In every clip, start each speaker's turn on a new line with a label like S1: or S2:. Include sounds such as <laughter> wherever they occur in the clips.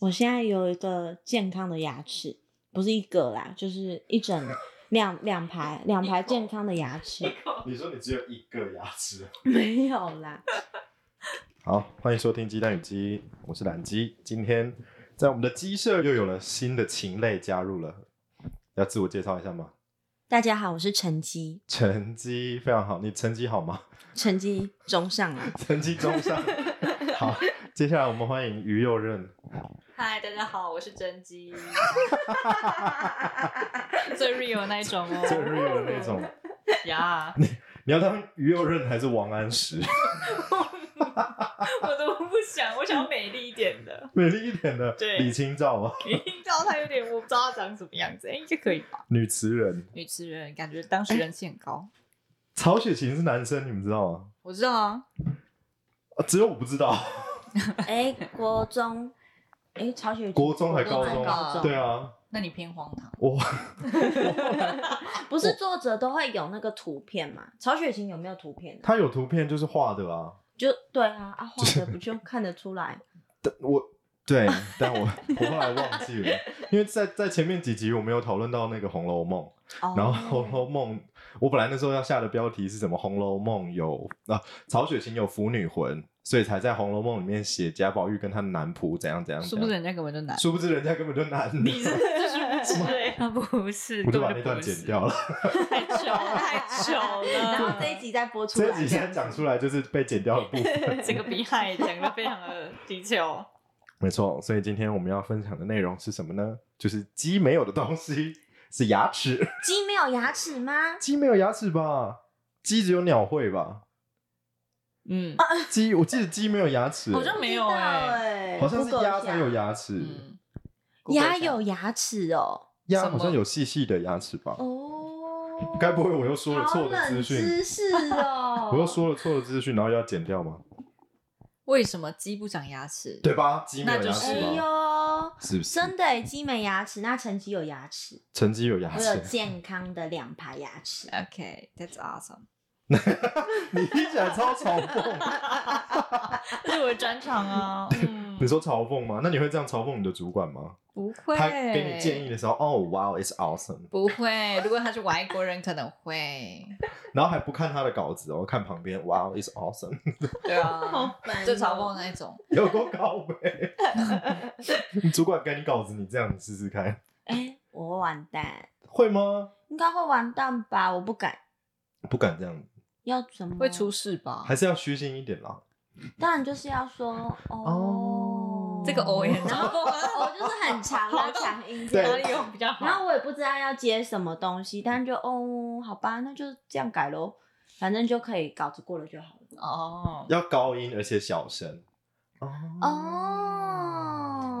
S1: 我现在有一个健康的牙齿，不是一个啦，就是一
S2: <laughs>
S1: 整两两排两排健康的牙齿，
S3: 你说你只有一个牙齿？
S1: 没有啦。
S3: <laughs> 好，欢迎收听《鸡蛋与鸡》，我是懒鸡。今天在我们的鸡舍又有了新的禽类加入了，要自我介绍一下吗？
S1: 大家好，我是陈基，
S3: 成绩非常好，你成绩好吗？ <laughs>
S1: 成绩中上啊。
S3: 成绩中 <laughs> 上。好，接下来我们欢迎于右任。
S2: 嗨，大家好，我是甄姬， <laughs> 最 real 那一种
S3: 最
S2: 哦，
S3: real 的那 <laughs> 种。
S2: 呀
S3: 你要当于右任还是王安石？
S2: <laughs>
S3: <laughs>
S2: 我都不想，我想要美丽一点的，
S3: 美丽一点的
S2: 对
S3: 李清照啊，
S2: 你知道她有点，我不知道她长什么样子，哎、应该可以吧？
S3: 女词人。
S2: 女词人，感觉当时人气很高，
S3: 曹雪芹是男生，你们知道吗？
S2: 我知道啊，
S3: 啊只有我不知道。
S1: 哎、国中，哎、曹雪芹
S3: 国中还高
S1: 国
S3: 中？
S1: 高中
S3: 对啊，
S2: 那你偏荒唐，
S3: 我啊
S1: 不是作者都会有那个图片嘛？曹雪芹有没有图片呢？
S3: 他有图片就是画的啊。
S1: 就对啊，啊画的不就看得出来？
S3: 但我 <laughs> 对，但我我后来忘记了，因为在在前面几集我们有讨论到那个《红楼梦》，
S1: 哦
S3: 然后《红楼梦》，我本来那时候要下的标题是什么？《红楼梦》有啊，曹雪芹有腐女魂，所以才在《红楼梦》里面写贾宝玉跟她的男仆怎样怎样
S2: 是
S3: 怎
S2: 哦不是
S3: 样。
S2: 人家根本就难？
S3: 殊不知人家根本就男的，
S2: 是不是？她不是，
S3: <laughs> 我就
S2: 根
S3: 把
S2: 本不
S3: 那段
S2: 是
S3: 剪，掉了。
S2: 太糗了，太糗了。
S1: <laughs> 然后这一集再播出
S3: 这
S1: 来。
S3: 几天讲出来就是被剪掉的部分。
S2: <laughs> 这个比海讲的非常的 detail，
S3: 没错，所以今天我们要分享的内容是什么呢？就是鸡没有的东西是牙齿。
S1: 鸡没有牙齿吗？
S3: 鸡没有牙齿吧？鸡只有鸟会吧？
S2: 嗯
S3: 鸡，我记得鸡没有牙齿、欸
S2: 好像没有
S1: 哎、
S3: 好像是
S1: Google 一
S3: 鸭
S1: 下
S3: 才有，牙齿，
S2: 嗯，
S1: 鸭有牙齿哦。
S3: 鸭
S2: 什
S3: 好
S2: 么
S3: 像有细细的牙齿吧？
S1: 哦，
S3: 该不会我又说了错的
S1: 好冷
S3: 资讯？，
S1: 知识哦
S3: 我又说了错的资讯，然后要剪掉吗？
S2: 为什么鸡不长牙齿？
S3: 对吧？鸡没有牙
S2: 那就
S3: 齿
S1: 哎
S2: 是
S3: 吧？
S1: 呦，
S3: 是不是？
S1: 真的耶鸡没牙齿，那陈吉有牙齿，
S3: 成绩有牙
S1: 我有
S3: 齿，
S1: 健康的两排牙齿。
S2: OK，that's awesome，
S3: 你听起来超嘲
S2: <laughs>
S3: 讽。
S2: 这是我的专场 <laughs> 啊。嗯
S3: 你，说嘲讽吗？那你会这样嘲讽你的主管吗？
S2: 不会，
S3: 他给你建议，的时候，哦，哇哦，it's awesome，
S2: 不会。如果他是外国人，可能会。
S3: 然后还不看他的稿子哦，看旁边，哇哦，it's awesome， <laughs>
S2: 对啊，
S1: 烦哦
S2: 就嘲讽那一种。
S3: 有够高呗。你 <laughs> 主管给你稿子，你这样你试试看，
S1: 哎、我完蛋，
S3: 会吗？
S1: 应该会完蛋吧？我不敢，
S3: 不敢这样子。
S1: 要怎么
S2: 会出？事吧
S3: 还？是要虚心一点啦。
S1: 当然就是要说哦
S3: 哦，
S2: 这个 O 也
S1: 然后哦就是很
S2: <laughs>
S1: 长拉长音这
S3: 对
S1: 样。
S2: 有比较
S1: 然？后我也不知道要接什么东西，但就哦，好吧，那就这样改咯，反正就可以稿子过了就好了。
S2: 哦
S3: 要高音而且小声。哦
S2: 哦，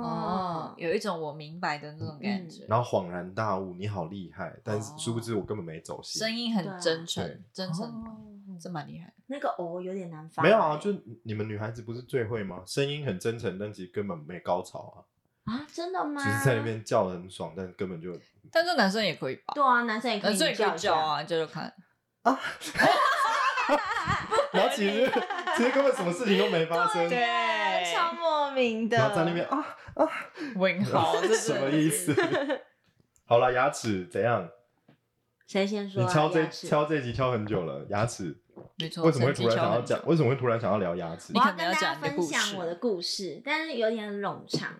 S1: 哦，
S2: 有一种我明白的那种感觉，
S3: 然后恍然大悟，你好厉害！但是
S2: 哦
S3: 殊不知我根本没走心。
S2: 声音
S1: 对啊
S2: 很真
S3: 对
S2: 诚，真诚，
S3: 哦
S2: 这蛮厉害的。
S1: 那个哦有点难发。
S3: 没有啊，就你们女孩子不是最会吗？声音很真诚，但其实根本没高潮
S1: 啊，真的
S3: 啊，
S1: 吗？
S3: 只是在那。边叫的很爽，但根
S2: <laughs>
S3: 本就
S2: 但这男生也可以吧？
S1: 对啊，男生也可
S2: 男
S1: 以
S2: 生也可
S1: 叫
S2: 以
S1: 一
S2: 叫
S1: 下。
S2: 啊，叫叫看。
S3: 然后其实其实根本什么事情都没发生，
S2: 对啊
S1: 超莫名的。
S3: 然后在那边啊啊，
S2: 问
S3: <laughs>
S2: 号，这是
S3: 什么意思？ <laughs> 好了，牙齿怎样？
S1: 谁先说
S3: 你
S1: 啊？
S3: 敲这
S1: 牙齿
S3: 敲这集敲很久了，牙齿
S2: 没
S1: 哦
S2: 错，
S3: 为什么会突
S2: 神奇
S3: 然想要
S2: 敲
S3: 讲？为什么会突然想要聊牙齿
S1: 我
S2: 你？
S1: 要
S2: 可
S1: 跟
S2: 能要
S1: 大家
S2: 讲你的
S1: 分
S2: 故事
S1: 享我的故事，但是有点冗长，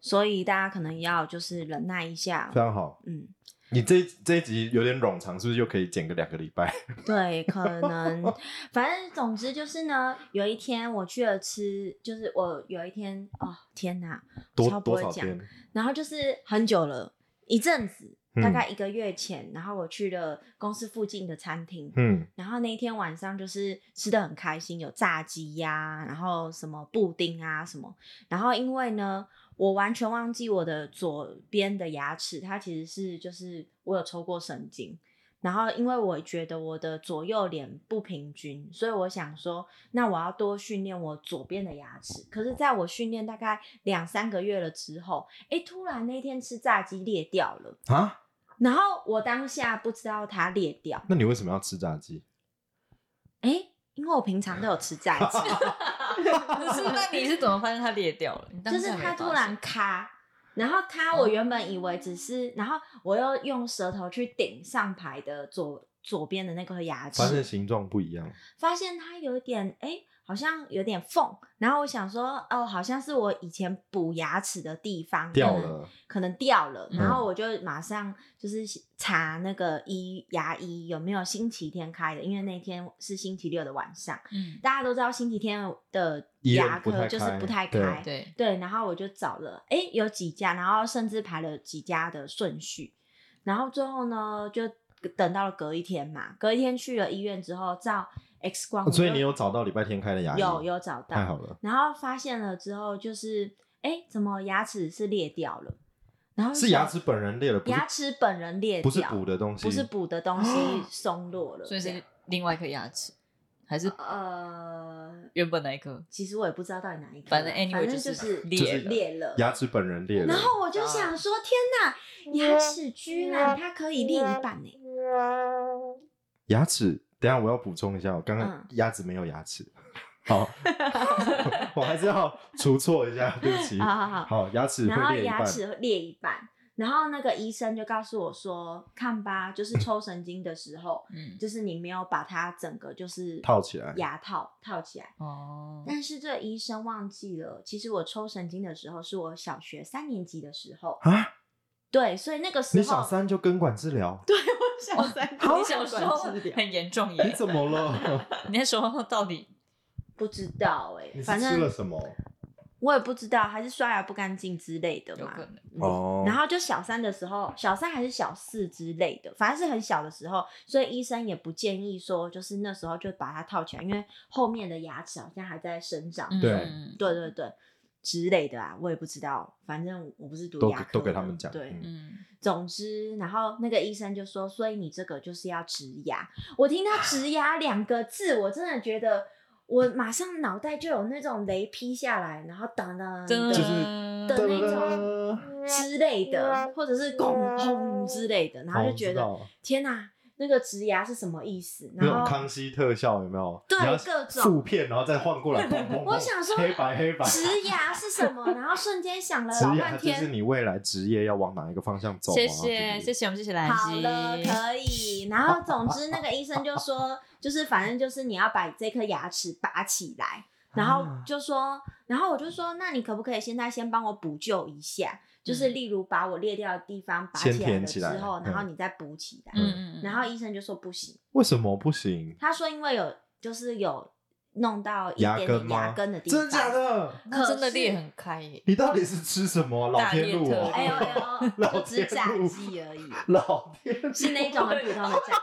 S1: 所以大家可能要就是忍耐一下
S3: 非。常好，
S1: 嗯，
S3: 你这这一集有点冗长，是不是又可以剪个两个礼拜？
S1: 对，可能，反正总之就是呢，有一天我去了吃，就是我有一天哦，天哪，
S3: 多
S1: 超不
S3: 多
S1: 会
S3: 少
S1: 讲
S3: 天？
S1: 然后就是很久了，一阵子，
S3: 嗯
S1: 大概一个月前，然后我去了公司附近的餐厅，
S3: 嗯，
S1: 然后那一天晚上就是吃的很开心，有炸鸡呀、然后什么布丁啊什么。然后因为呢，我完全忘记我的左边的牙齿，它其实是就是我有抽过神经。然后因为我觉得我的左右脸不平均，所以我想说，那我要多训练我左边的牙齿。可是在我训练大概两三个月了之后，诶，突然那天吃炸鸡裂掉了。
S3: 啊，
S1: 然后我当下不知道它裂掉，
S3: 那你为什么要吃炸鸡？
S1: 哎、因为我平常都有吃炸
S3: <laughs>
S1: 鸡，
S2: <laughs> 不是，那你是怎么发现它裂掉了？你当
S1: 就
S2: 下
S1: 是
S2: 没
S1: 它
S2: 发
S1: 突
S2: 现
S1: 然咔，然后咔，
S3: 哦
S1: 我原本以为只是，然后我又用舌头去顶上排的左左边的那颗牙齿，
S3: 发现形状不一样，
S1: 发现它有点哎、诶好像有点缝。然后我想说，哦，好像是我以前补牙齿的地方
S3: 掉
S1: 可能
S3: 了。
S1: 可能掉了。
S2: 嗯
S1: 然后我就马上就是查那个医牙医有没有星期天开的，因为那天是星期六的晚上。
S2: 嗯，
S1: 大家都知道星期天的
S3: 医院
S1: 牙
S3: 不
S1: 科
S3: 太
S1: 就是
S3: 开
S1: 不太
S3: 对
S1: 开，
S2: 对，
S1: 对，然后我就找了，哎，有几家，然后甚至排了几家的顺序，然后最后呢，就等到了隔一天嘛，隔一天去了医院之后照 X 嗯光，我
S3: 哦所以
S1: 就
S3: 你有找到礼拜天开的牙医？
S1: 有有找
S3: 太
S1: 到，
S3: 好了，
S1: 然后发现了之后就是，哎，怎么牙齿是裂掉了？然后就是想
S3: 牙齿本人裂了，不是
S1: 牙齿本人裂
S3: 不是
S1: 掉
S3: 补的东西，
S1: 不是补的东
S3: <gasps>
S1: 西松落了，
S2: 所以
S1: 这样
S2: 是另外一颗牙
S1: 啊
S2: 齿，还是
S1: 呃。
S2: 原本那一颗？
S1: 其实我也不知道到底哪一颗啦，
S2: 反正 anyway
S1: 正
S2: 就是裂
S3: 了
S1: 裂了，
S3: 牙齿本人裂了
S1: 然。后我就想说，天哪，牙齿居然它可以裂一半欸呢、
S3: 牙齿，等一下我要补充一下，我刚刚
S1: 嗯
S3: 鸭子没有牙齿。
S1: <laughs>
S3: 好，我还是要除错一下，对不
S2: 啊
S3: 起。
S1: 好好好
S3: 好，牙齿
S1: 然后
S3: 会裂一
S1: 牙
S3: 半。
S1: 齿会裂一半，然后那个医生就告诉我说，看吧，就是抽神经的时候，
S2: 嗯，
S1: 就是你没有把它整个就是
S3: 套起来
S1: 牙套套起来。
S2: 哦，
S1: 但是这医生忘记了，其实我抽神经的时候是我小学三年级的时候，
S3: 啊！
S1: 对，所以那个时
S3: 你
S1: 候
S3: 小三就根管治疗，
S2: 小三，
S1: 好
S2: 哦你小时候很严重
S3: 你
S1: <laughs>
S2: 耶，
S3: 怎么了？
S2: 你那时候到底
S1: 不知道哎、
S3: <laughs> 你是
S1: 反
S3: 吃了
S1: 正
S3: 什么？
S1: 我也不知道，还是刷牙不干净之类的
S2: 有
S1: 嘛。
S2: 可能？
S1: 嗯
S3: 哦
S1: 然后就小三的时候，小三还是小四之类的，反正是很小的时候，所以医生也不建议说，就是那时候就把它套起来，因为后面的牙齿好像还在生长，
S2: 嗯
S3: 对
S1: 对对对之类的啊，我也不知道，反正我不是读
S3: 都
S1: 牙
S3: 给
S1: 科
S3: 都给
S1: 的
S3: 他们讲
S1: 对，
S3: 嗯
S2: 嗯，
S1: 总之，然后那个医生就说，所以你这个就是要植牙。我听到“植牙”两个字，我真的觉得我马上脑袋就有那种雷劈下来，然后当当
S2: 真
S3: 就
S1: 的
S3: 是
S1: 的那种
S2: 呃
S3: 噔
S1: 之类的，或者是拱轰之类的，然后
S3: 哦
S1: 就觉
S3: 知道
S1: 得
S3: 了
S1: 天哪、那个植牙是什么意思？
S3: 那
S1: 然
S3: 种
S1: 后
S3: 康熙特效有没有？
S1: 对
S3: 你要
S1: 各种
S3: 负片，然后再换过来，砰砰砰
S1: 我想说
S3: 黑白黑白。 <laughs>
S1: 植牙是什么？然后瞬间想了老
S3: 职
S1: 半
S3: 业啊就是
S1: 天。
S3: 你未来职业要往哪一个方向走啊？
S2: 谢
S3: 对
S2: 谢
S3: 不
S2: 谢
S3: 对。
S2: 谢，我们谢谢兰
S1: 好了，
S2: 溪，
S1: 可以。然后总之，那个医生就说，就是反正就是你要把这颗牙齿拔起来，然后
S3: 啊
S1: 就说，然后我就说，那你可不可以现在先帮我补救一下？就是
S2: 嗯
S1: 例如把我裂掉的地方拔
S3: 先
S1: 起来
S3: 填
S1: 了
S3: 起
S1: 之
S3: 来
S1: 后，然后
S3: 嗯
S1: 你再补起来。
S2: 嗯嗯，
S1: 然后医生就说不行。
S3: 为什么不行？
S1: 他说因为有就是有弄到一
S3: 牙
S1: 点
S3: 根
S1: 点
S3: 吗？
S1: 牙根的地方，
S3: 真的假？的？
S2: 那真的裂很开耶，
S3: 你到底是吃什么？老
S2: 大
S3: 天
S2: 裂
S3: 路
S2: 特
S3: 哦！
S1: 哎呦哎呦，
S3: 老
S1: 就只是炸
S3: 天路
S1: 鸡而已，
S3: <laughs> 老天路，
S1: 是那种很普通的
S3: <laughs>
S1: 炸鸡。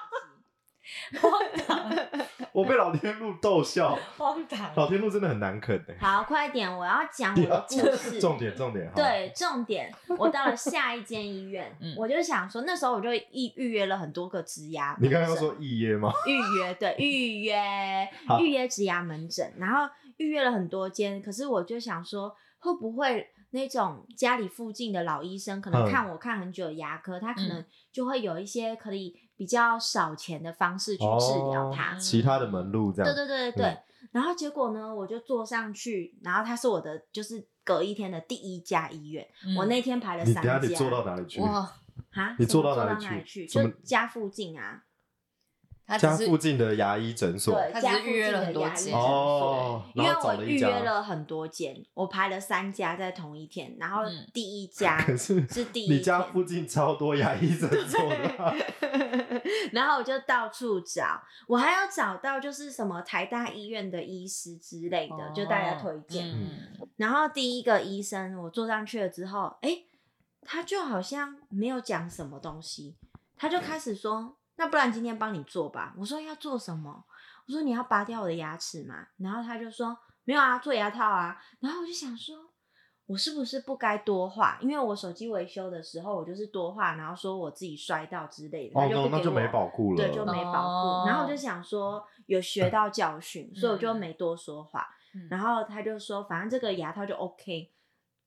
S3: 我被老天路逗笑。
S2: 荒唐
S3: 老天路真的很难啃的。
S1: 好，快点，我要讲我的故事。
S3: 啊 <laughs> 重点重点。好，
S1: 对，重点，我到了下一间医院
S2: 嗯，
S1: 我就想说，那时候我就预预约了很多个植牙门诊。
S3: 你刚刚说异业吗？
S1: 预约，对，预约
S3: <laughs> 好
S1: 预约植牙门诊，然后预约了很多间，可是我就想说，会不会那种家里附近的老医生，可能
S3: 嗯
S1: 看我看很久的牙科，他可
S2: 嗯
S1: 能就会有一些可以比较少钱的方式去治疗它。
S3: 哦其他的门路这
S1: 对
S3: 样。
S1: 对
S3: 嗯
S1: 对对对。然后结果呢，我就坐上去，然后它是我的就是隔一天的第一家医院，
S2: 嗯
S1: 我那天排了
S3: 你
S1: 三
S3: 等一下
S1: 家。
S3: 你坐到哪里去？
S2: 哇，
S1: 啊？
S3: 你
S1: 什么
S3: 坐到哪
S1: 哪
S3: 里
S1: 里
S3: 去什
S1: 就
S3: 么
S1: 家附近啊。
S2: 他
S3: 家
S2: 只是
S3: 附近的牙医诊所。
S1: 对，
S2: 他只
S1: 家
S2: 是
S1: 附
S2: 预约
S1: 近
S2: 了
S1: 的
S2: 很多
S1: 牙医
S2: 间
S1: 诊所
S3: 哦，
S1: 因
S3: 然
S1: 为
S3: 后找
S1: 我
S3: 了
S1: 预
S3: 一
S1: 约
S3: 家。
S1: 了很多间，我排了三家在同一天，然后
S2: 嗯
S1: 第一家
S3: <laughs> 可是
S1: 是第一天，
S3: 你家附近超多牙医诊所的啊，
S1: <laughs> 然后我就到处找，我还要找到就是什么台大医院的医师之类的，
S3: 哦
S1: 就大家推荐。
S2: 嗯
S1: 然后第一个医生，我坐上去了之后，哎、他就好像没有讲什么东西，他就开始说：“那不然今天帮你做吧。”我说：“要做什么？”我说：“你要拔掉我的牙齿嘛。”然后他就说：“没有啊，做牙套啊。”然后我就想说。我是不是不该多话？因为我手机维修的时候，我就是多话，然后说我自己摔到之类的，
S3: 哦
S1: 他就
S3: no，
S1: 不
S3: 那
S1: 给
S3: 就
S1: 我
S3: 没保固了。
S1: 对，就没保
S2: 哦
S1: 护。然后我就想说有学到教训，所以我就没多说话
S2: 嗯。
S1: 然后他就说，反正这个牙套就 OK。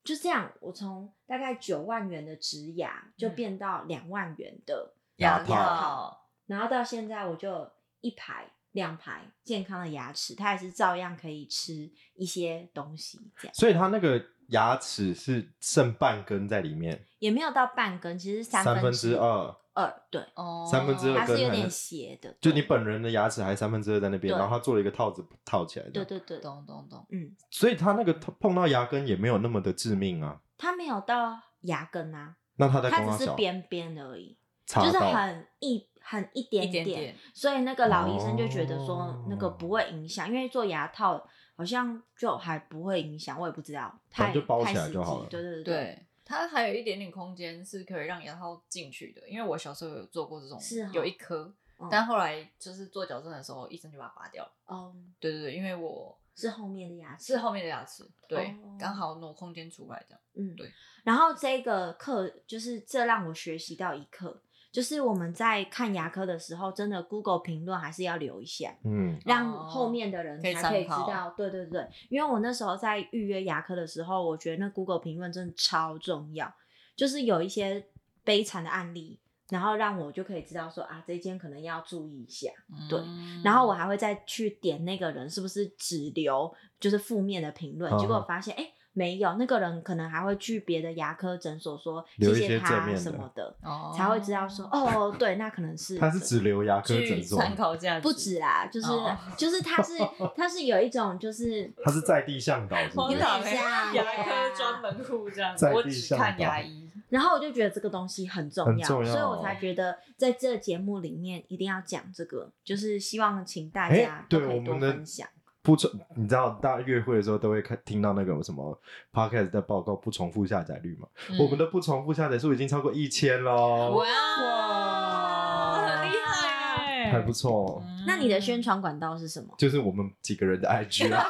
S1: 就这样，我从大概九万元的植牙就变到两万元的，
S3: 牙
S1: 套
S2: 套，
S1: 然后到现在我就一排两排健康的牙齿，它还是照样可以吃一些东西，这样
S3: 所以它那个牙齿是剩半根在里面，
S1: 也没有到半根，其实是
S3: 三
S1: 分
S3: 之二，
S1: 二，对，
S2: 哦
S3: 三分之二
S1: 它
S3: 根
S1: 是有
S3: 还
S1: 点
S3: 是
S1: 斜的，
S3: 就
S1: 对
S3: 你本人的牙齿还三分之二在那边，
S1: 对
S3: 然后它做了一个套子套起来的。
S1: 对对对，
S2: 懂懂懂，
S1: 嗯，
S3: 所以它那个碰到牙根也没有那么的致命啊。
S1: 它没有到牙根啊，
S3: 那它在
S1: 它
S3: 光
S1: 只
S3: 小
S1: 是边边而已，
S3: 插
S1: 就是
S3: 到
S1: 很一很一点
S2: 一点
S1: 点。
S2: 点，
S1: 所以那个老医生就觉得说
S3: 哦
S1: 那个不会影响，因为做牙套好像就还不会影响，我也不知道，太
S3: 反正就包
S1: 太
S3: 起来
S1: 实
S3: 就好
S1: 际
S3: 了
S1: 对对对，
S2: 对。它还有一点点空间是可以让牙套进去的，因为我小时候有做过这种，
S1: 是哦
S2: 有一颗，
S1: 嗯
S2: 但后来就是做矫正的时候，医生就把它拔掉了。
S1: 哦，
S2: 对对对，因为我
S1: 是后面的牙齿，
S2: 是后面的牙齿，对
S1: 哦，
S2: 刚、好挪空间出来这样。
S1: 嗯，
S2: 对。
S1: 然后这个课就是这让我学习到一课，就是我们在看牙科的时候，真的 Google 评论还是要留一下。
S3: 嗯，
S1: 让后面的人
S2: 可以
S1: 才可以知
S2: 参考
S1: 道，对对对，因为我那时候在预约牙科的时候，我觉得那 Google 评论真的超重要，就是有一些悲惨的案例，然后让我就可以知道说啊，这间可能要注意一下，对
S2: 嗯
S1: 然后我还会再去点那个人是不是只留就是负面的评论，
S3: 嗯
S1: 结果发现哎、诶没有，那个人可能还会去别的牙科诊所说
S3: 留
S1: 谢
S3: 一些
S1: 谢
S3: 正面
S1: 他
S3: 的
S1: 什么的，
S2: 哦
S1: 才会知道说哦，对，那可能是
S3: 它是
S1: 这
S3: 只留牙科
S2: 具
S3: 诊所，啊
S2: 参考价值
S1: 不止啦，就是、
S2: 哦
S1: 就是它
S3: <laughs>
S1: 是它是有一种就是
S3: 它是在地向导，是不
S2: 荒
S3: 是？
S2: 唐
S1: 有点
S2: 欸
S1: 像
S2: 牙
S1: 对啊
S2: 科专门户这样，
S3: <laughs> 在地
S2: 我只看
S3: 向导
S2: 牙医。
S1: 然后我就觉得这个东西很重
S3: 很
S1: 要，
S3: 重要哦
S1: 所以我才觉得在这节目里面一定要讲这个，就是希望请大
S3: 哎、
S1: 家都
S3: 对
S1: 可
S3: 我
S1: 以多
S3: 们的
S1: 分享。
S3: 不重，你知道大家约会的时候都会看听到那个什么 podcast 在报告不重复下载率嘛？
S1: 嗯
S3: 我
S2: 嗯
S3: 们的不重复下载数已经超过一千喽，
S2: 哇，很厉害，
S3: 还不。错。
S1: 那你的
S2: 嗯
S1: 宣传管道是什
S3: <laughs>
S1: 么？
S3: 就是我们几个
S1: <laughs>
S3: 人的 IG 啊，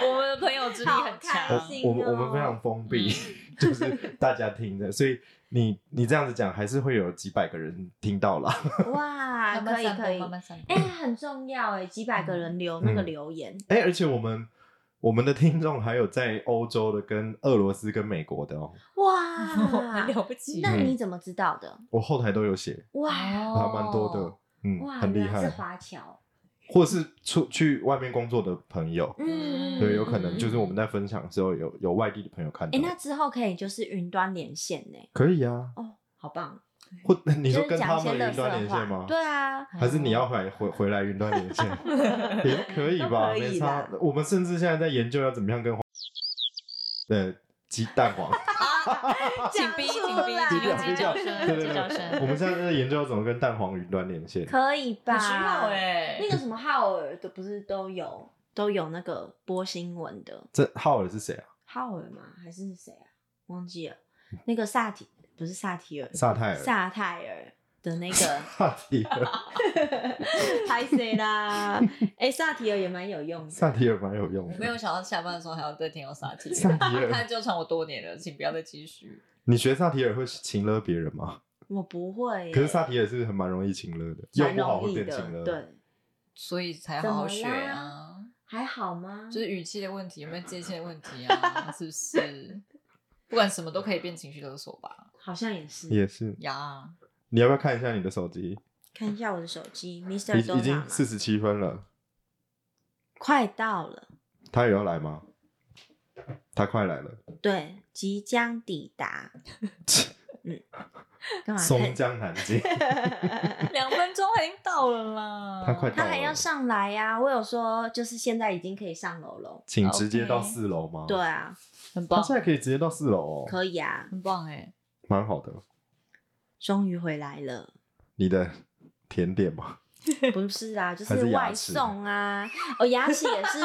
S2: 嗯我们的朋友之力很
S1: 好哦
S3: 我
S1: 开
S2: 强
S1: 心，嗯
S3: 我们我们非常封闭，就是大家听的，所以你你这样子讲，还是会有几百个人听到啦。 <laughs>
S1: 哇，
S2: 慢慢
S1: 可以
S2: 散
S1: 可
S2: 播，嗯
S1: 以
S2: 慢，慢散播
S1: 哎、。很重要哎、几百个人留那个留言，
S3: 哎、而且我们我们的听众还有在欧洲的、跟俄罗斯、跟美国的哦，
S2: <laughs>
S1: 哇，
S2: 了不起
S1: 啊那
S3: 嗯
S1: 你怎么知道的？
S3: 我后台都有写，
S2: 哎
S1: 哇
S3: 还啊蛮多的，
S2: 哦
S3: 嗯，
S1: 哇，
S3: 很厉
S1: 原来是
S3: 害。
S1: 华侨，
S3: 或是出去外面工作的朋友，
S1: 嗯，
S3: 对，有可能
S1: 嗯
S3: 就是我们在分享的时候有有外地的朋友看到
S1: 哎、，那之后可以就是云端连线呢、
S3: 可以啊，
S1: 哦，好棒！
S3: 或 <laughs> 你
S1: 就
S3: 说
S1: 是
S3: 跟
S1: 讲
S3: 他
S1: 一些
S3: 们
S1: 乐
S3: 云
S1: 色
S3: 端连
S1: 话
S3: 线吗？
S1: 对啊，
S3: 还是你
S1: <laughs>
S3: 要回回回来云端连线 <laughs> 也是可以吧？
S1: 都可以
S3: 没差
S1: 啦。
S3: 我们甚至现在在研究要怎么样跟黄呃鸡
S1: <laughs>
S3: 蛋黄，
S2: 请逼，
S1: 讲出
S2: 请逼，
S1: 来
S2: 请用
S1: 低
S2: 鸡
S1: 调
S2: 叫
S1: 低调
S2: 声，
S3: 对
S2: 鸡
S3: 对
S2: 叫
S3: 对，我
S2: 声，
S3: 们现在在研究要怎么跟蛋黄云端连线。
S1: 可以吧？
S2: 很需要哎
S1: 那。个什么浩尔的不是都有都有那个播新闻的
S3: 这浩尔是谁啊？
S1: 浩尔吗？还是谁啊？忘记了。那个萨提不是萨提尔，
S3: 萨泰尔。
S1: 萨泰尔的那
S3: <laughs>
S1: 个 <laughs>
S3: 萨提尔，
S1: 拍谁啦？哎、萨提尔也蛮有用
S3: 萨
S1: 的。
S3: 提尔蛮有用
S2: 我
S3: 的。
S2: 没有想到下班的时候还要对天佑撒气，
S3: 萨
S2: <laughs>
S3: 提
S2: 他
S3: 尔，
S2: 纠缠我多年了，请不要再继续。
S3: 你学萨提尔会亲勒别人吗？
S1: 我不会耶、
S3: 可是萨提尔是很蛮容易亲勒的，用
S1: 蛮
S3: 不好
S1: 容
S3: 会
S1: 易
S3: 变亲
S1: 的，
S3: 勒。，
S1: 对，
S2: 所以才好好学啊。
S1: 还好吗？
S2: 就是语气的问题，有没有界限的问题啊？是不是？不管什么都可以变情绪勒索吧？
S1: 好像也是。
S3: 也是。
S2: 呀，
S3: 你要不要看一下你的手机？
S1: 看一下我的手机，Mr.
S3: 已
S1: Dora
S3: 已经
S1: 嘛
S3: 四十七分了，
S1: 快到了，
S3: 他也要来吗？
S1: 啊
S3: 他快来了。
S1: 对，即将抵
S3: <laughs>
S1: 达。嗯，干嘛？
S3: 松江南
S1: <laughs>
S3: 京，
S2: 两分钟已经到了啦，
S3: 他快到
S1: 他
S3: 了，
S1: 还要上来呀、我有说，就是现在已经可以上楼了。
S3: 请直接到
S2: OK
S3: 四楼吗？
S1: 对，啊，
S2: 很棒
S3: 他，现在可以直接到四哦楼哦，
S1: 可以啊，
S2: 很棒哎，
S3: 蛮好的。
S1: 终于回来了。
S3: 你的甜点嘛，
S1: 不是啊，就
S3: 还是牙
S1: 外
S3: 齿
S1: 送啊。哦，牙齿也
S3: <laughs>
S1: 是，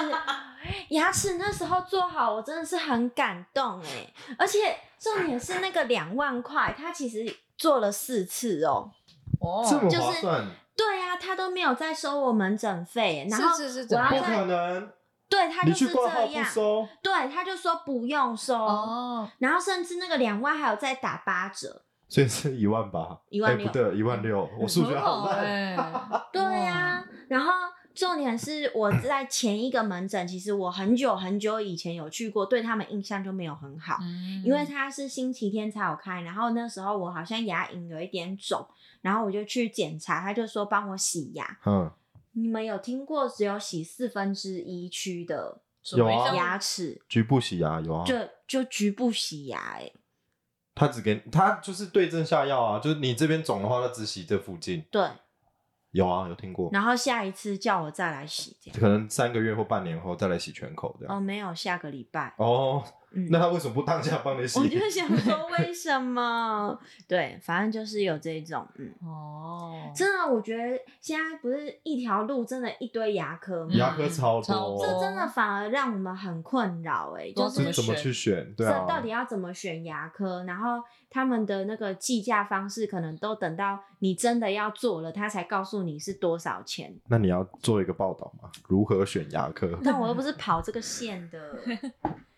S1: 牙齿那时候做好，我真的是很感动哎、而且重点是那个两万块，他其实做了四次哦。
S2: 哦，
S3: 这么
S1: 就是
S3: 划算，
S1: 对啊，他都没有再收我们诊费、欸然后
S2: 是是是
S1: 我
S2: 怎么
S1: 要
S3: 不
S1: 在
S3: 可能，
S1: 对他
S3: 你
S1: 就是
S3: 去
S1: 这
S3: 挂号不
S1: 样，
S3: 收，
S1: 对他就说不用收，
S2: 哦，
S1: 然后甚至那个两万还有再打八折。
S3: 所以是一万八，
S1: 一万
S3: 哎
S1: 六哦哎
S3: 不对，一万六，我数学
S2: 很好
S3: 好烂，
S2: 哎，
S1: 啊对呀、然后重点是我在前一个门诊，其实我很久很久以前有去过，对他们印象就没有很好。
S2: 嗯
S1: 因为它是星期天才有开，然后那时候我好像牙龈有一点肿，然后我就去检查，他就说帮我洗牙。
S3: 嗯，
S1: 你们有听过只有洗四分之一区的
S2: 什么
S3: 有啊
S2: 叫
S1: 牙齿，
S3: 局部洗牙有啊，
S1: 就就局部洗牙、欸？
S3: 他只给他就是对症下药啊，就是你这边肿的话，他只洗这附近。
S1: 对，
S3: 有啊，有听过，
S1: 然后下一次叫我再来洗，这样。
S3: 可能三个月或半年后再来洗全口这
S1: 哦，
S3: 样。
S1: 没有，下个礼拜。
S3: 哦，
S1: 嗯，
S3: 那他为什么不当下帮你洗
S1: 我？就想说为什么？对，反正就是有这种，嗯，
S2: 哦，
S1: 真的，我觉得现在不是一条路，真的一堆牙科吗？
S3: 牙科嗯超
S2: 超
S3: 多，哦
S1: 这
S2: 多
S1: 真的反而让我们很困扰哎、
S2: 不知
S1: 就
S2: 道
S1: 是
S3: 这怎么去选？对啊
S1: 这，到底要怎么选牙科？然后他们的那个计价方式，可能都等到你真的要做了，他才告诉你是多少钱。
S3: 那你要做一个报道嘛？如何选牙科？
S1: <laughs> 但我又不是跑这个线的。 <laughs>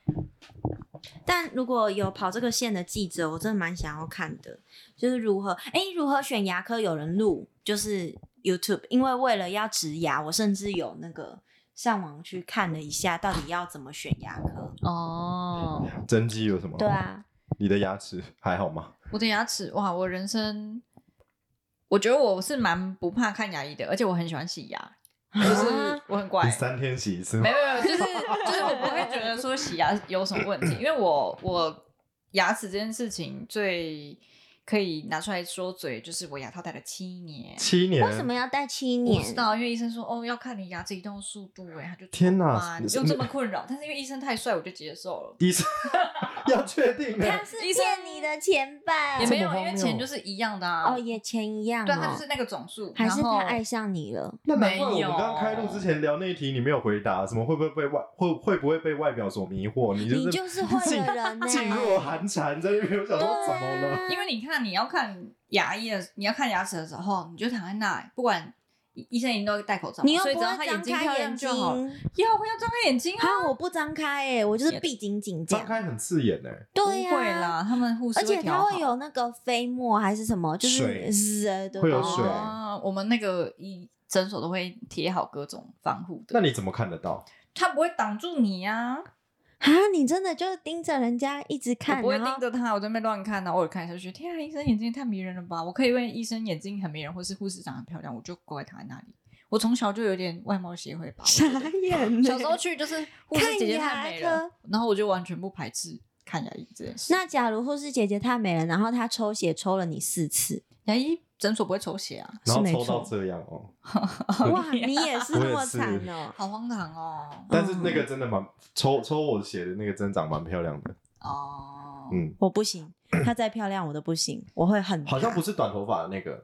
S1: 但如果有跑这个线的记者，我真的蛮想要看的，就是如何哎、如何选牙科？有人录就是 YouTube，因为为了要植牙，我甚至有那个上网去看了一下，到底要怎么选牙科。
S2: 哦，
S3: 真机有什么？
S1: 对，啊，
S3: 你的牙齿还好吗？
S2: 我的牙齿哇，我人生。我觉得我是蛮不怕看牙医的，而且我很喜欢洗牙，
S1: 啊
S2: 就是我很乖。
S3: 你三天洗一次吗
S2: 没有？没有，就是就是我不会觉得说洗牙有什么问题，因为我我牙齿这件事情最可以拿出来说嘴，就是我牙套戴了七年。
S3: 七年？
S1: 为什么要戴七
S2: 我
S1: 年？
S2: 不知道，因为医生说哦要看你牙齿移动速度，哎，他就
S3: 天哪
S2: 哇
S3: 你
S2: 你又这么困扰。但是因为医生太帅，我就接受了。
S3: 医生要确定的？
S1: 他是骗你的钱吧？
S2: 也没有，
S3: 这么
S2: 因
S3: 荒
S2: 为
S3: 谬
S2: 钱就是一样的啊。
S1: 哦，也钱一样、哦。
S2: 对，他就是那个总数，
S1: 还是
S2: 然后
S1: 他爱上你了？
S3: 那难怪我
S2: 没有
S3: 们刚开录之前聊那一题，你没有回答，什么会不会被外会会不会被外表所迷惑？你就是
S1: 你就是会
S3: 噤
S1: 的
S2: <laughs>
S1: 人呢、啊
S3: 噤若寒蝉，在那边我想说怎么了？
S2: 因为你看，你要看牙医的，你要看牙齿的时候，你就躺在那，不管医医生一定都会戴口罩嘛，
S1: 你又
S2: 所以
S1: 不
S2: 只要
S1: 会
S2: 他
S1: 张
S2: 眼睛
S1: 开
S2: 漂亮
S1: 眼睛
S2: 就好了。要我要张开眼睛啊！
S1: 哈，我不张开哎、我就是闭紧紧这
S3: 张
S1: 样。
S3: 开很刺眼哎，
S1: 对呀、
S2: 不会啦，他们护士
S1: 而且
S2: 调
S1: 它
S2: 好
S1: 会有那个飞沫还是什么，就
S3: 水
S1: 是滋呃对
S3: 会有水
S2: 哦，我们那个医诊所都会贴好各种防护
S3: 那
S2: 的，
S3: 你怎么看得到？
S2: 他不会挡住你啊，
S1: 啊，你真的就是盯着人家一直
S2: 我
S1: 看，啊
S2: 不会
S1: 然后 <laughs>
S2: 盯着他，我在那边乱看呢，偶尔看一下就觉得天啊，医生眼睛也太迷人了吧！我可以问医生眼睛很迷人，或是护士长很漂亮，我就乖乖躺在那里。我从小就有点外貌协会吧，我觉得
S1: 傻眼、欸。
S2: 小时候去就是护士姐姐太美
S1: 看牙
S2: 了，然后我就完全不排斥看牙医这件事。
S1: 那假如护士姐姐太美了，然后她抽血抽了你四
S2: <laughs>
S1: 次，
S2: 牙医诊所不会抽血啊，
S3: 然后
S1: 是没
S3: 抽到
S1: 错嗯
S3: 这样哦，
S1: 哇，你也是那
S3: 我
S1: 么
S3: 也是
S1: 惨哦、
S2: 好荒唐哦！
S1: 嗯
S3: 但是那个真的蛮抽抽我血的那个真长蛮漂亮的，
S2: 哦，
S3: 嗯，
S1: 我不行，她再漂亮我都不行，我会很
S3: 好像不是短头发的那个，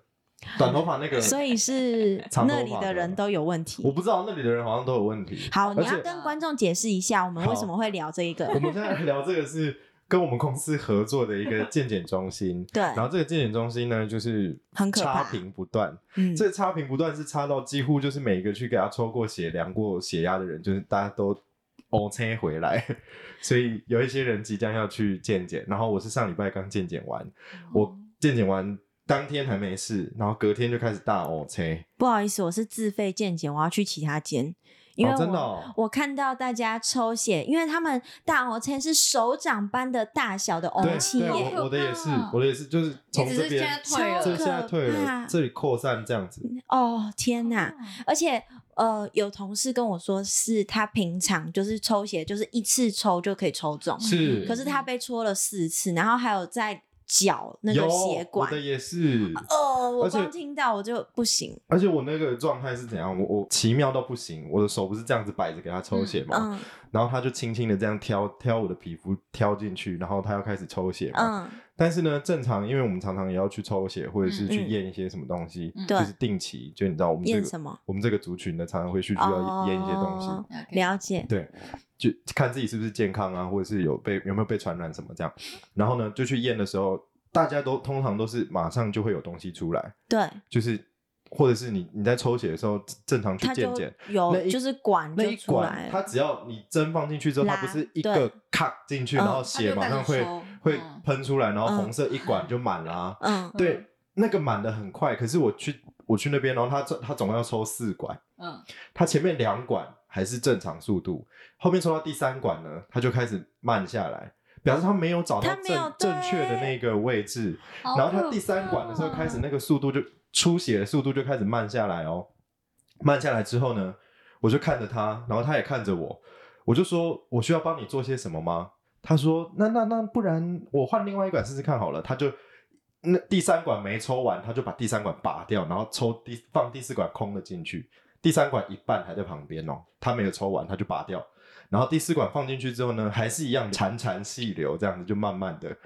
S3: 短头发那个，
S1: 所以
S2: <laughs>
S1: 是
S3: 长头发
S1: 那里的人都有问题
S3: 我。不知道那里的人好像都有问题。
S1: 好，你
S3: 而
S1: 要
S3: 且
S1: 跟观众解释一下，我们
S3: 好
S1: 为什么会聊这一
S3: 我
S1: 个？
S3: 们现在聊这个是跟我们公司合作的一个健检中心，
S1: <laughs> 对，
S3: 然后这个健检中心呢，就是
S1: 很可
S3: 差
S1: 怕
S3: 评不断，
S1: 嗯，
S3: 这差评不断是差到几乎就是每一个去给他抽过血、量过血压的人，就是大家都 OK 回来， <laughs> 所以有一些人即将要去健检，然后我是上礼拜刚健检完，我健检完当天还没事，然后隔天就开始大哦 OK，
S1: 不好意思，我是自费健检，我要去其他间，因为
S3: 哦
S1: 我、
S3: 真的哦
S1: 我看到大家抽血，因为他们大 O 签是手掌般的大小的
S3: 对
S1: O 气
S3: 对，
S1: 耶，
S3: 我我的也是，我的也是，就是
S2: 你
S3: 从
S2: 只
S3: 这
S2: 是现在
S3: 边。
S2: 退了，
S1: 超
S3: 这现在退
S1: 可
S3: 了
S1: 怕，
S3: 这里扩散这样子，
S1: 哦天哪！而且呃，有同事跟我说，是他平常就是抽血，就是一次抽就可以抽中，
S3: 是
S1: 哦
S3: 嗯
S1: 可是他被戳了四次，然后还有在脚那个
S3: 有
S1: 血
S3: 我
S1: 管
S3: 的。也是，
S1: 哦，
S3: 而
S1: 我
S3: 且
S1: 光听到我就不行，
S3: 而且我那个状态是怎样？我我奇妙到不行，我的手不是这样子摆着给他抽血嘛，
S1: 嗯
S3: 然后他就轻轻的这样挑挑我的皮肤挑进去，然后他要开始抽血嘛。
S1: 嗯，
S3: 但是呢，正常因为我们常常也要去抽血，或者是去
S1: 嗯嗯
S3: 验一些什么东西，
S2: 嗯
S3: 就
S1: 对
S3: 是定期，就你知道我们这
S1: 验什
S3: 个
S1: 么
S3: 我们这个族群呢，常常会去需要验一些东西。
S1: 哦
S2: 聊
S1: 了解，
S3: 对，就看自己是不是健康啊，或者是有被有没有被传染什么这样。然后呢，就去验的时候，大家都通常都是马上就会有东西出来，
S1: 对，
S3: 就是或者是你你在抽血的时候正常去
S1: 他
S3: 健
S1: 就
S3: 检，那
S1: 有
S3: 一
S1: 就是管
S3: 那
S1: 就
S3: 一
S1: 出来
S3: 管
S1: 了，
S3: 它只要你针放进去之后，它
S1: 拉
S3: 不是一
S1: 对
S3: 个咔进去，
S1: 嗯
S3: 然后血马上会
S2: 它就在那抽
S3: 会
S2: 嗯
S3: 喷出来，然后红
S1: 嗯
S3: 色一管就满了啊。
S1: 嗯，
S3: 对，那个满的很快，可是我去我去那边，然后他他总共要抽四管，
S2: 嗯，
S3: 它前面两管还是正常速度，后面抽到第三管呢，它就开始慢下来，表示它没有找到
S1: 它没有
S3: 正正确的那个位置。然后它第三管的时候开始那个速度就出血的速度就开始慢下来哦，慢下来之后呢，我就看着他，然后他也看着我，我就说我需要帮你做些什么吗？他说那那那不然我换另外一管试试看好了，他就。那第三管没抽完，他就把第三管拔掉，然后抽第放第四管空的进去，第三管一半还在旁边哦，他没有抽完，他就拔掉，然后第四管放进去之后呢，还是一样潺潺细流，这样子就慢慢的。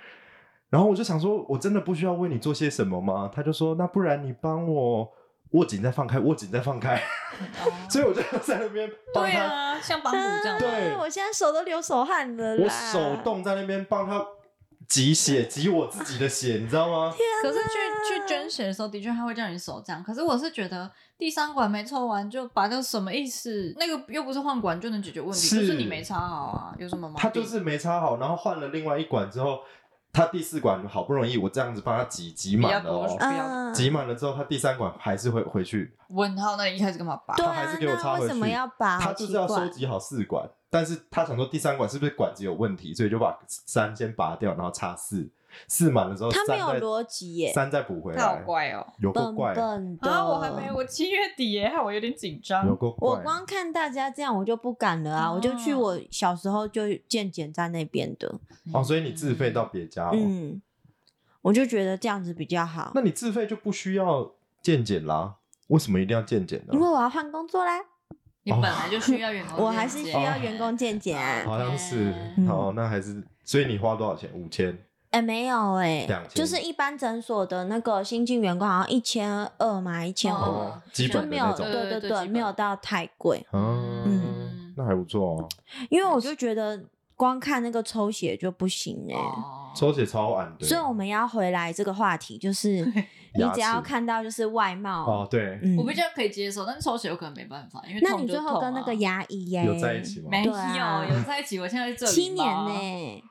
S3: 然后我就想说，我真的不需要为你做些什么吗？他就说，那不然你帮我握紧再放开，握紧再放开。 <laughs>
S2: 哦
S3: 所以我就在那边帮
S2: 对
S3: 他，
S2: 啊，像帮补这样，
S3: 对
S1: 我现在手都流手汗了
S3: 我
S1: 啦。
S3: 手动在那边帮他挤血，挤我自己的血，你知道吗？
S2: 可是去去捐血的时候，的确他会叫你手这样。可是我是觉得第三管没抽完就拔掉，什么意思？那个又不是换管就能解决问题，
S3: 是
S2: 就是你没插好啊，有什么毛病？
S3: 他就是没插好，然后换了另外一管之后，他第四管好不容易我这样子帮他挤挤
S2: 比较
S3: 满了
S2: 多
S3: 哦
S2: 数，不要
S1: 嗯，
S3: 挤满了之后，他第三管还是会回去，
S2: 问号，那你一开始干嘛拔？
S1: 对
S3: 他还
S1: 啊
S3: 是，给我插
S1: 那
S3: 回
S1: 为
S3: 去
S1: 什么要拔？
S3: 他
S1: 好
S3: 就
S1: 奇
S3: 是要收
S1: 怪。
S3: 集好四管，但是他想说第三管是不是管子有问题，所以就把三先拔掉，然后插四，四满了之后，
S1: 他没
S3: 三再
S1: 有逻辑耶
S3: 三再补回
S1: 啊
S2: 他好
S3: 来，
S2: 怪哦！
S3: 有够
S1: 笨
S3: 怪，
S1: 笨的。
S2: 啊，我还没，我七月底耶，害我有点紧
S3: 有
S2: 张。
S3: 够怪。啊
S1: 我光看大家这样，我就不敢了啊！我就去
S2: 哦
S1: 我小时候就健检站那边的，
S3: 哦，所以你自费到别家哦，
S1: 嗯，我就觉得这样子比较好
S3: 那，你自费就不需要健检啦？为什么一定要健检呢
S1: 因？为我要换工作啦，
S3: 哦
S2: 你本来就需要
S1: <laughs>
S2: 员工，
S1: 我还是需要员工健检啊。
S3: 好像是
S1: 嗯，
S3: 哦，那还是，所以你花多少钱？五千，
S1: 哎、没有哎、
S3: 两千
S1: 就是一般诊所的那个新进员工好像一千二嘛，一千五，
S3: 哦基
S1: 就
S3: 本的
S1: 没
S3: 那
S1: 有，
S3: 种
S1: 对
S2: 对
S1: 对
S2: 对
S1: 对，
S2: 基
S1: 没有
S2: 本
S1: 到太贵，
S3: 嗯
S2: 嗯，
S3: 那还不错哦。
S1: 因为我就觉得光看那个抽血就不行哎、
S2: 哦
S3: 抽血超晚的，
S1: 所以我们要回来这个话题，就是你
S3: <laughs> 牙
S1: 只要
S3: 齿
S1: 看到就是外貌，
S3: 哦，对，
S1: 嗯
S2: 我比较可以接受，但是抽血有可能没办法，因为
S1: 那
S2: 痛
S1: 你
S2: 就
S1: 最后
S2: 痛
S1: 跟那
S2: 啊
S1: 个牙医耶、
S3: 有在一起吗？
S2: 没有
S1: 对啊
S2: 有在一起？我现在在这里
S1: 七年
S2: 吗
S1: 呢、